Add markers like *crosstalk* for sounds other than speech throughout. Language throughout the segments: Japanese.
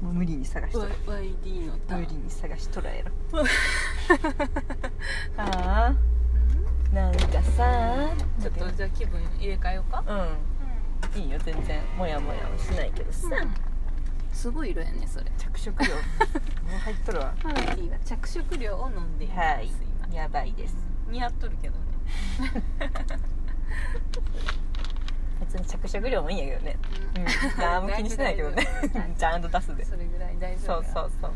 無理に探しとる YD のター無ン理に探しとらやろああなんかさちょっとじゃあ気分入れ替えようかうんいいよ全然モヤモヤはしないけどさ、すごい色やねそれ着色 *laughs* 料もう入っとるわマナティーは着色料を飲んでいます、はい今やばいです似合っとるけどね別に着色料もいいんやけどね *laughs* *laughs* うん何も気にしてないけどね *laughs* ちゃんと出すでそれぐらい大丈そ夫うそうそう、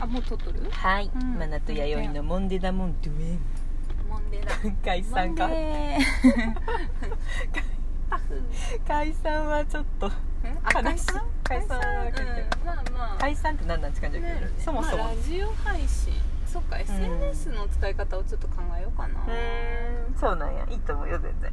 あもう取っとるはい、うんマナと弥生のモンデダモンドゥエモンデだン *laughs* 解散かモンデパフ解散はちょっとあ解悲しい散解散は分かるうんまあまあ解散って何なんって感じだけど、ねそもそも、まあ、ラジオ配信そっか SNS の使い方をちょっと考えようかなうーんそうなんやいいと思うよ全然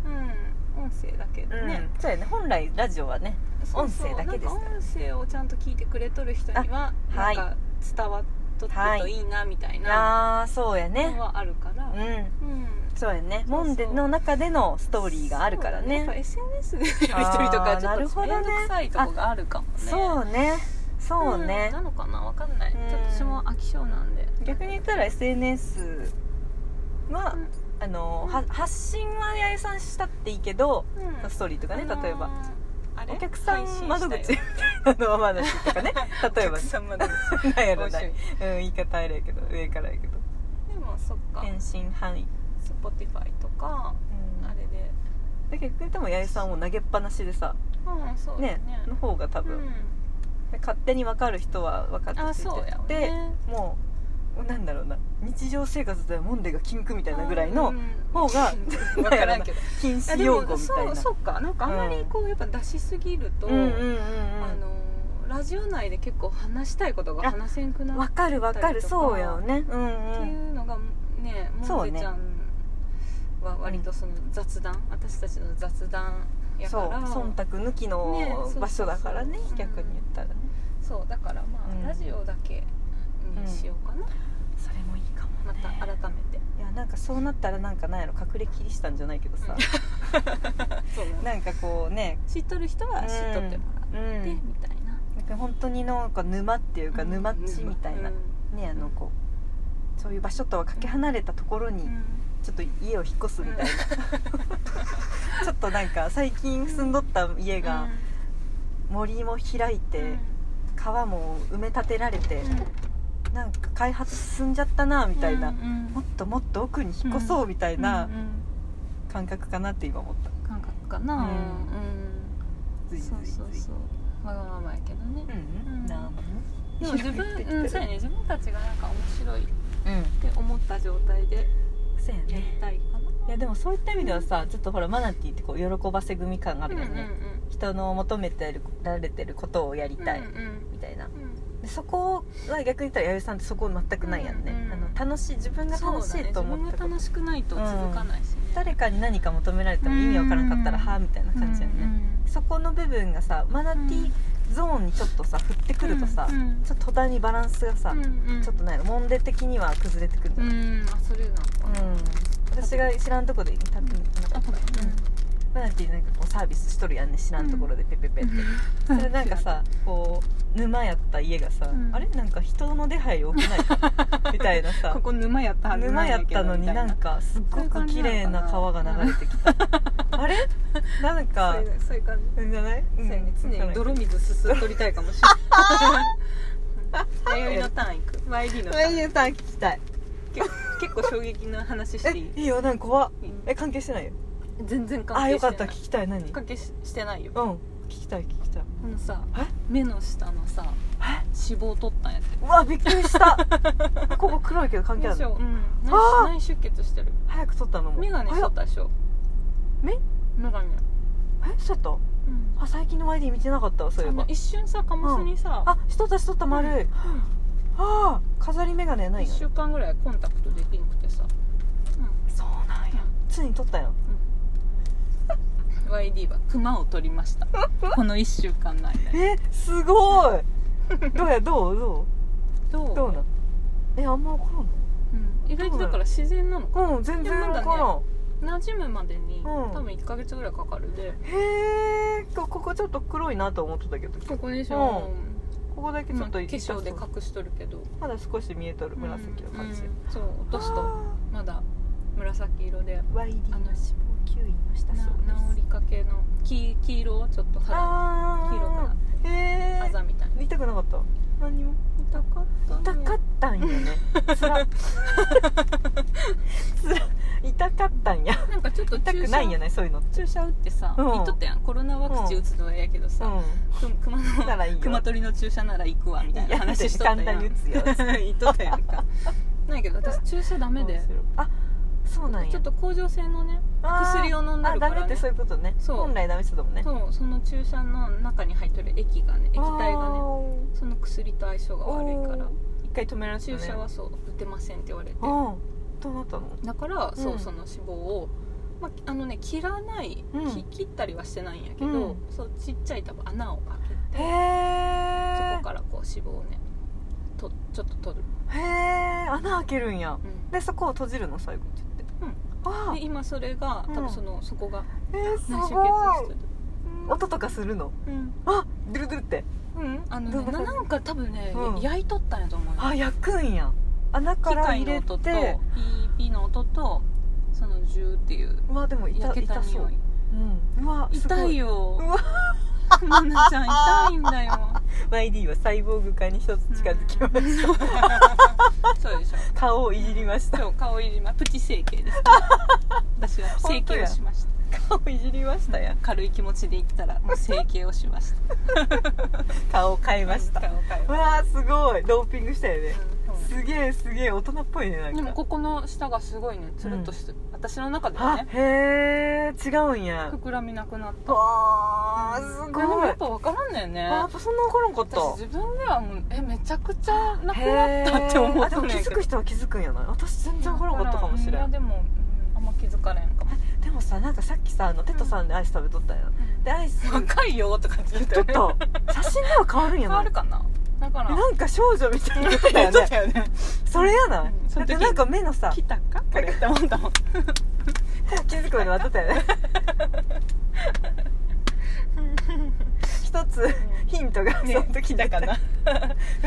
うん音声だけどねね、、そうやね本来ラジオはねそうそう音声だけですからなんか音声をちゃんと聞いてくれとる人にはあなはんいか伝わっとってはるといいいなみたいなあーそうやのねはあるから、うんうんそうやねそうそうモンデの中でのストーリーがあるからそうだねやっぱ SNS でやり取りとかちょあーなるっとほど面ね倒くさいとこがあるかもねそうねそうねん、なのかなわかんない、うんちょっと私も飽き性なんで逆に言ったら SNS は、うんあのは発信は弥生さんしたっていいけど、ストーリーとかね例えば、あれお客さ配信しんた窓口 *laughs* みよたいなのはまだしとか *laughs* ね例えおば客さ *laughs* ん窓口なんやろな面白い、うん、言い方あれやけど上からやけどでもそっか返信範囲、 Spotify とかあれでだけど逆にでも弥生さんを投げっぱなしでさうんそうだねねの方が多う分、ん勝手に分かる人は分かってあついそうやわてって、ねもうなんだろうな日常生活ではモンデが禁句みたいなぐらいの方方 *laughs* が分からんけど禁いや止で用も語みたいそうなそっかなんかあんまりこうやっぱ出しすぎると、うんうんうんあのラジオ内で結構話したいことが話せんくうんな分るかる分かるそうやよねうんってうんいうのがねそもうんねでちゃんは割とその雑談、私たちの雑談やそうから忖度抜きねそうそうのそう場所だからねうん逆に言ったらねそうだからまあ、うんラジオだけにしようかな、それもいいかもまた改めていやなんかそうなったらなんかなんやろ隠れキリシタンじゃないけどさ *laughs* そうだねなんかこうね知っとる人は知っとってもらっうて、んみたいななんか本当になんか沼っていうか沼っちみたいなうんねあのこうそういう場所とはかけ離れたところにちょっと家を引っ越すみたいな、ちょっとなんか最近住んどった家が森も開いて、川も埋め立てられて、なんか開発進んじゃったなみたいな、もっともっと奥に引っ越そうみたいな感覚かなって今思った感覚かな、うんずいずそういずそういそうわがままやけどね、うんなんもでも自分、広うげてん、きそてうやるね自分たちがなんか面白いっうんて思った状態でそうややりねたいかいやでもそういった意味ではさちょっとほらマナティってこう喜ばせ組感があな、るよね、人の求めてられてることをやりたい、うんうんみたいなうんでそこは逆に言ったら弥生さんってそこ全くないやんね、うんうんあの楽しい自分が楽しそうだねいと思ったこと、自分が楽しくないと続かないしね、誰かに何か求められても意味わからんかったら、うんはあみたいな感じやんね、そこの部分がさマナティーゾーンにちょっとさ振ってくるとさ、うんうんちょっと途端にバランスがさ、ちょっとないのモンデ的には崩れてくるんだうよ、んあそれなんかうん私が知らんとこで立ってなんかあほらマナティーなんかこうサービスしとるやんね知らんところでペペペって、うそれなんかさこう沼やった家がさ、うんあれなんか人の出入り多くない *laughs* かみたいなさここ沼やったはず沼なやんっけどたのにみいなんかすっごく綺麗な川が流れてきたあれなんそうかいうそういう感じじゃない、そうやねわか常にらんけど泥水すすっとりたいかも *laughs* しれない弥生のターンいく YD のターンゆうさん聞きたい結構衝撃な話していいえいいよなんか怖っいいえ関係してないよ全然関係してないあよかった聞きたい何うん関係ししてないよ聞きたい聞きたいこのさえ目の下のさえ脂肪取ったんやってうわびっくりした *laughs* ここ黒いけど関係あるのうんあー内出血してる早く取ったのも眼鏡し早とっったでしょ目眼鏡、えしとったあ最近の YD 見てなかったわそういえあばの一瞬さカモスにさ、あしとったしとった丸い、ああ飾り眼鏡やない一のそ週間ぐらいコンタクトできなくてさ、うなんやついに取ったようん YD はクマを取り *laughs* ましたこの一週間の間にえすごいどうやどうどどううどうなんえあんま分かうん意外とだから自然なのからんのうん全然分からん、馴染むまでに、ん多分1ヶ月ぐらいかかるでへえこここちょっと黒いなと思ってたけどここでしょ、ここだけうちまょあっと化粧で隠しとるけどまだ少し見えとる紫の感じ、うんうんそう落とすとあまだ紫色でー YD あのの脂肪吸引をしたなそうです治りかけの黄黄色をちょっと肌あ黄色かーへあえざみたいな痛くなかった何にも痛かった痛かったんよね *laughs* つらつら痛かったんやなんかちょっと痛注く射ないんやねそういうのって注射打ってさ、うん言っとったやんコロナワクチン打つのはええやけどさ、うく熊 *laughs* んならいいよの熊取りの注射なら行くわみたいな話しとった簡や単んに打つよ *laughs* 言っとった *laughs* やんかないけど私注射ダメで面白いあそうなんやちょっと甲状腺のねあー薬を飲んだあるかダメら、っねて、そういうことねそう本来ダメってことだもんねそうその注射の中に入ってる液がね液体がねねその薬と相性が悪いから一回止められたね注射はそう打てませんって言われてうんどうなったのだから、うんそうその脂肪を、まあ、あのね切らない、うんき切ったりはしてないんやけど、うんそうちっちゃい多分穴を開けてそへえこからこう脂肪をねとちょっと取る、へえ穴開けるんやうんでそこを閉じるの最後にちょってうんあで今それがうん多分その、そこがーえーす内出血ごしている音とかするのうん、あドゥルドゥルってうん、あどのんねな感なじなんか多分ね、うん焼いとったんやと思うよあ焼くんや穴か機ら械入のれ音とピてーピーの音とそのジューっていううわでも痛焼けた痛そ匂ういうんうわすご痛いようわマナちゃん痛いんだよ *laughs* YD はサイボーグ化に一つ近づきましたしたそうでしょ *laughs* 顔をいじりました今日顔入りまプチ整形です、ね、私は整形をしました顔いじりましたや軽い気持ちで言っ *laughs* たらもう整形をしました顔変えました顔変えうましわあすごいドーピングしたよねたうんすげえすげえ大人っぽいねなんかでもここの下がすごいねつるっとして、私の中ではあねへえ違うんや膨らみなくなったわあすでごいもやっあぱ分からんだよねやっぱそんな怒らんかった私自分ではもうえめちゃくちゃなくへなえったって思っあでたも気づく人は気づくんやない私全然怒らんかったかもしれやんでも、うんあんま気づかれんかも、でもさなんかさっきさあのテトさんでアイス食べとったやんでアイ *laughs* ス言っ若いよとか言っとてっよねた写真では変わるんや変なわいるかなだからえなんか少女みたいな *laughs* ことだよねよねそれやないうんだそのって時なんか目のさ来たかこれって思ったもん気づくまで待ってたよ *laughs* ね一つヒントがその時だからよ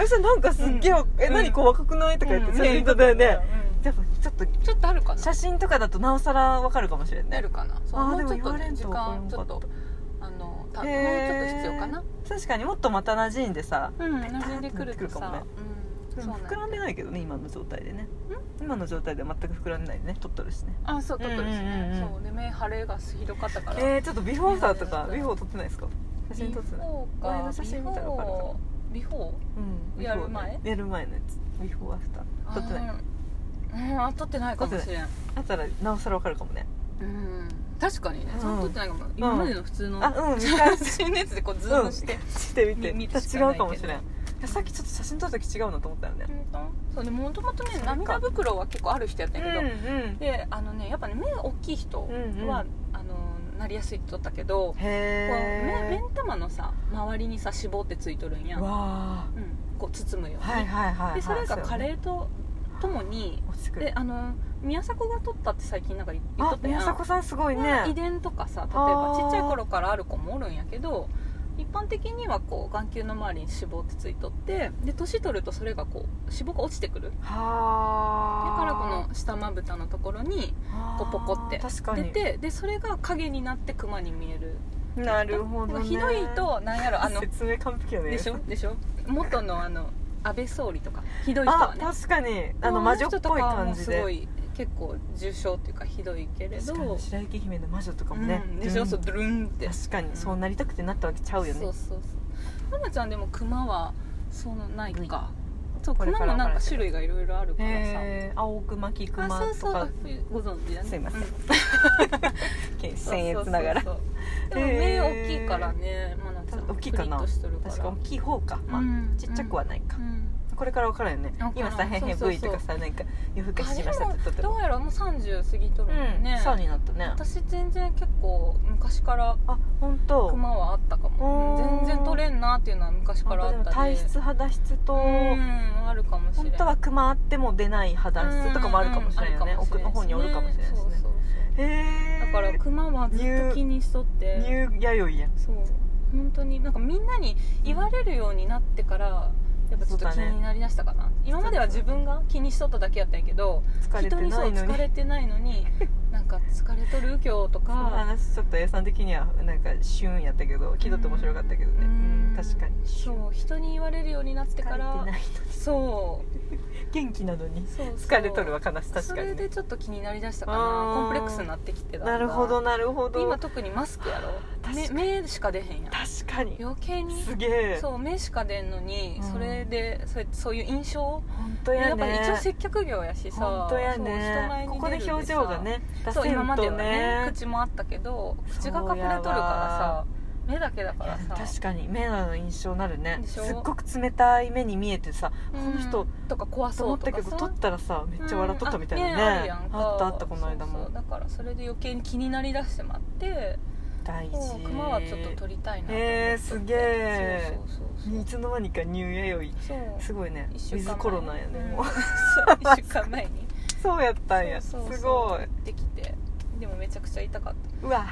しなんかすっげえ、うんえ何こう若くないとか言って写真撮ったよね、じゃあちょっとちょっとあるかな写真とかだとなおさらわかるかもしれんあねるかなそうあーもうちょっとでも言われねんと時間分ちからょんっかったとあのたもうちへーょっと必要かな確かにもっとまた馴染んでさうん馴染んでくるとペタッとなっさてうんそうなん膨だらんでないけどね今の状態でね今の状態では全く膨らんでないね撮っとるしねあそう撮っとですうんうんうんねうんそうで目腫れがひどかったからえー、ちょっとビフォーアフターとかうんビフォー撮ってないですか写真撮ってないか前の写真見たら分かるかなビフォーうんやる前やる前のやつビフォーアフター撮ってないいうんあ撮ってないかもしれんあったらなおさらわかるかもねうん確かにねうんそれ撮ってないかも今までの普通のあうん見返写真のやつでこうズームしてしてみてみ見またるしかない違うけどかもしれんいやさっきちょっと写真撮った時違うなと思ったよねそうでもともとねそっか涙袋は結構ある人やったんやけど、んであのねやっぱね目大きい人は、うんうんあのなりやすいって言ったけど、こへう目え目ん玉のさ周りにさ脂肪ってついとるんや、わうん、あこう包むように、はいはいはいはいでそれがそう加よね齢とともに落ちてくるであの宮迫が取ったって最近なんか言言っとあったやん宮迫さんすごいまあね遺伝とかさ例えあばーちっちゃい頃からある子もおるんやけど一般的にはこう眼球の周りに脂肪ってついとってで年取るとそれがこう脂肪が落ちてくるだはあからこの下まぶたのところにのこうポコって確か出にてでそれが影になってクマに見えるなるほどだねからひどいとなんやろあの説明完璧よねでしょでしょ元のあの安倍総理とかひどい人はあね確かにあものう魔女っ人とぽいかはも感うじすごでい結構重症っていうかひどいけれど確かに白雪姫の魔女とかもねうん、でしうょ、んそうドゥルンって確かにそうなりたくてなったわけちゃうよそねうそうそうママちゃんでもクマはそのないかそうこクれマからもなんわかんけからど種類がいろいろあるからさへえ青熊キクあマそうとそうあかご存知だねすいませんうん僭越ながらそうそうそ *laughs* うでも目大きいからねマナちゃん大きいかなプリッとしとるから確か大きい方かまうんあちっちゃくはないかうんこれから分からんよね分から今んさ変変そうそう V そうとかさなんか夜更かししましたあって撮ってどもうやらもう30過ぎとうるもんねん、3になったね私全然結構昔からあ本当クマはあったかもおーうん全然取れんなっていうのは昔か本ら当あっでもたで体質肌質とうんあるかもしれん本当はクマあっても出ない肌質とかもあるかもしれないよねうんうん奥の方におるかもしれないしそうねそうへえだからクマはずっと気にしとってニュー弥生やんそう本当になんかみんなに言われるようになってからやっぱちょっと気になりだしたかな、今までは自分が気にしとっただけやったんやけど疲れて人にそうないのに疲れてないのになんか疲れとる今日とそのか話ちょっと A さん的にはなんか旬やったけど気取って面白かったけどねうんうん確かにそう人に言われるようになって疲かれてないらのにそう元気なのにそうそう疲れとるわ悲し確そかれにねでちょっと気になりだしたかなあーコンプレックスになってきてだんだなんるほどなるほど今確特にマスクやろ確目か目しか出へんやんかに余計にすげえそう目しか出んのに、うんそれでそうやそういう印象本当ややっぱりね一応接客業やしさ本当やそう人前ねにここ出でるでさ表情がね出そうせ今るまでとはねね口もあったけど口がそ隠れとるうからやわさ目だけだからさ確かに目の印象なるねでしすょっごく冷たい目に見えてさこの人うんとか怖とそ思っうとたかけさど撮ったらさめっちゃ笑っとったみたいうんあなるねやんかあったあったこの間そうもそうだからそれで余計に気になりだしてまって大事もう熊はちょっと撮りたいなと思ってえーすげえそうそうそういつの間にかニューエヨイそうすごいねウ一週ィ間前ズコロナやねもう *laughs* うんそう一週間前にそうやったんやすそうそうそうごいできてでもめちゃくちゃ痛かっうわ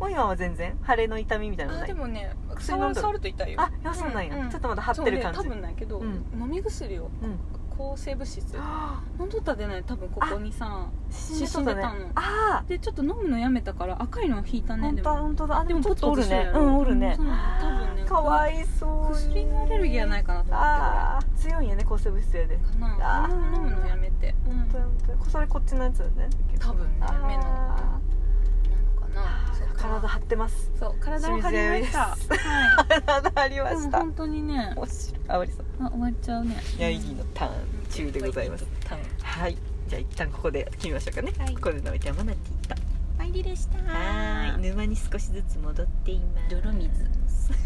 もう今は全然腫れの痛みみたいた、なのあないでもね薬飲んど触るる触ると痛いよあいやそうなんや、うちょっとまだ張ってる感じそうね多分ないけど、うん飲み薬をうん抗生物質あ飲んどったでね多分ここにさー死んでた死んでねたのあでちょっと飲むのやめたから赤いのを引いたあね本で当だも本当だあでもちでょもっとおるねポツポツしてるやうろんおるねうんそう多分ねかわいそうに薬のアレルギーやないかなと思あー強いんやね抗生物質やでって俺かなあー飲むのやめて、うん本当や本当やそれこっちのやつだね多分ねあー目のなのかなそう体張って *laughs* ますそう体を張りました清は体張りまいでもした本当にね面白いあわりそうあ終わっちゃうねヤイギーのターン中でございます多分はいじゃあ一旦ここで決めましょうかね、はいここでのおいてはマナティと入りでしたはーい沼に少しずつ戻っています泥水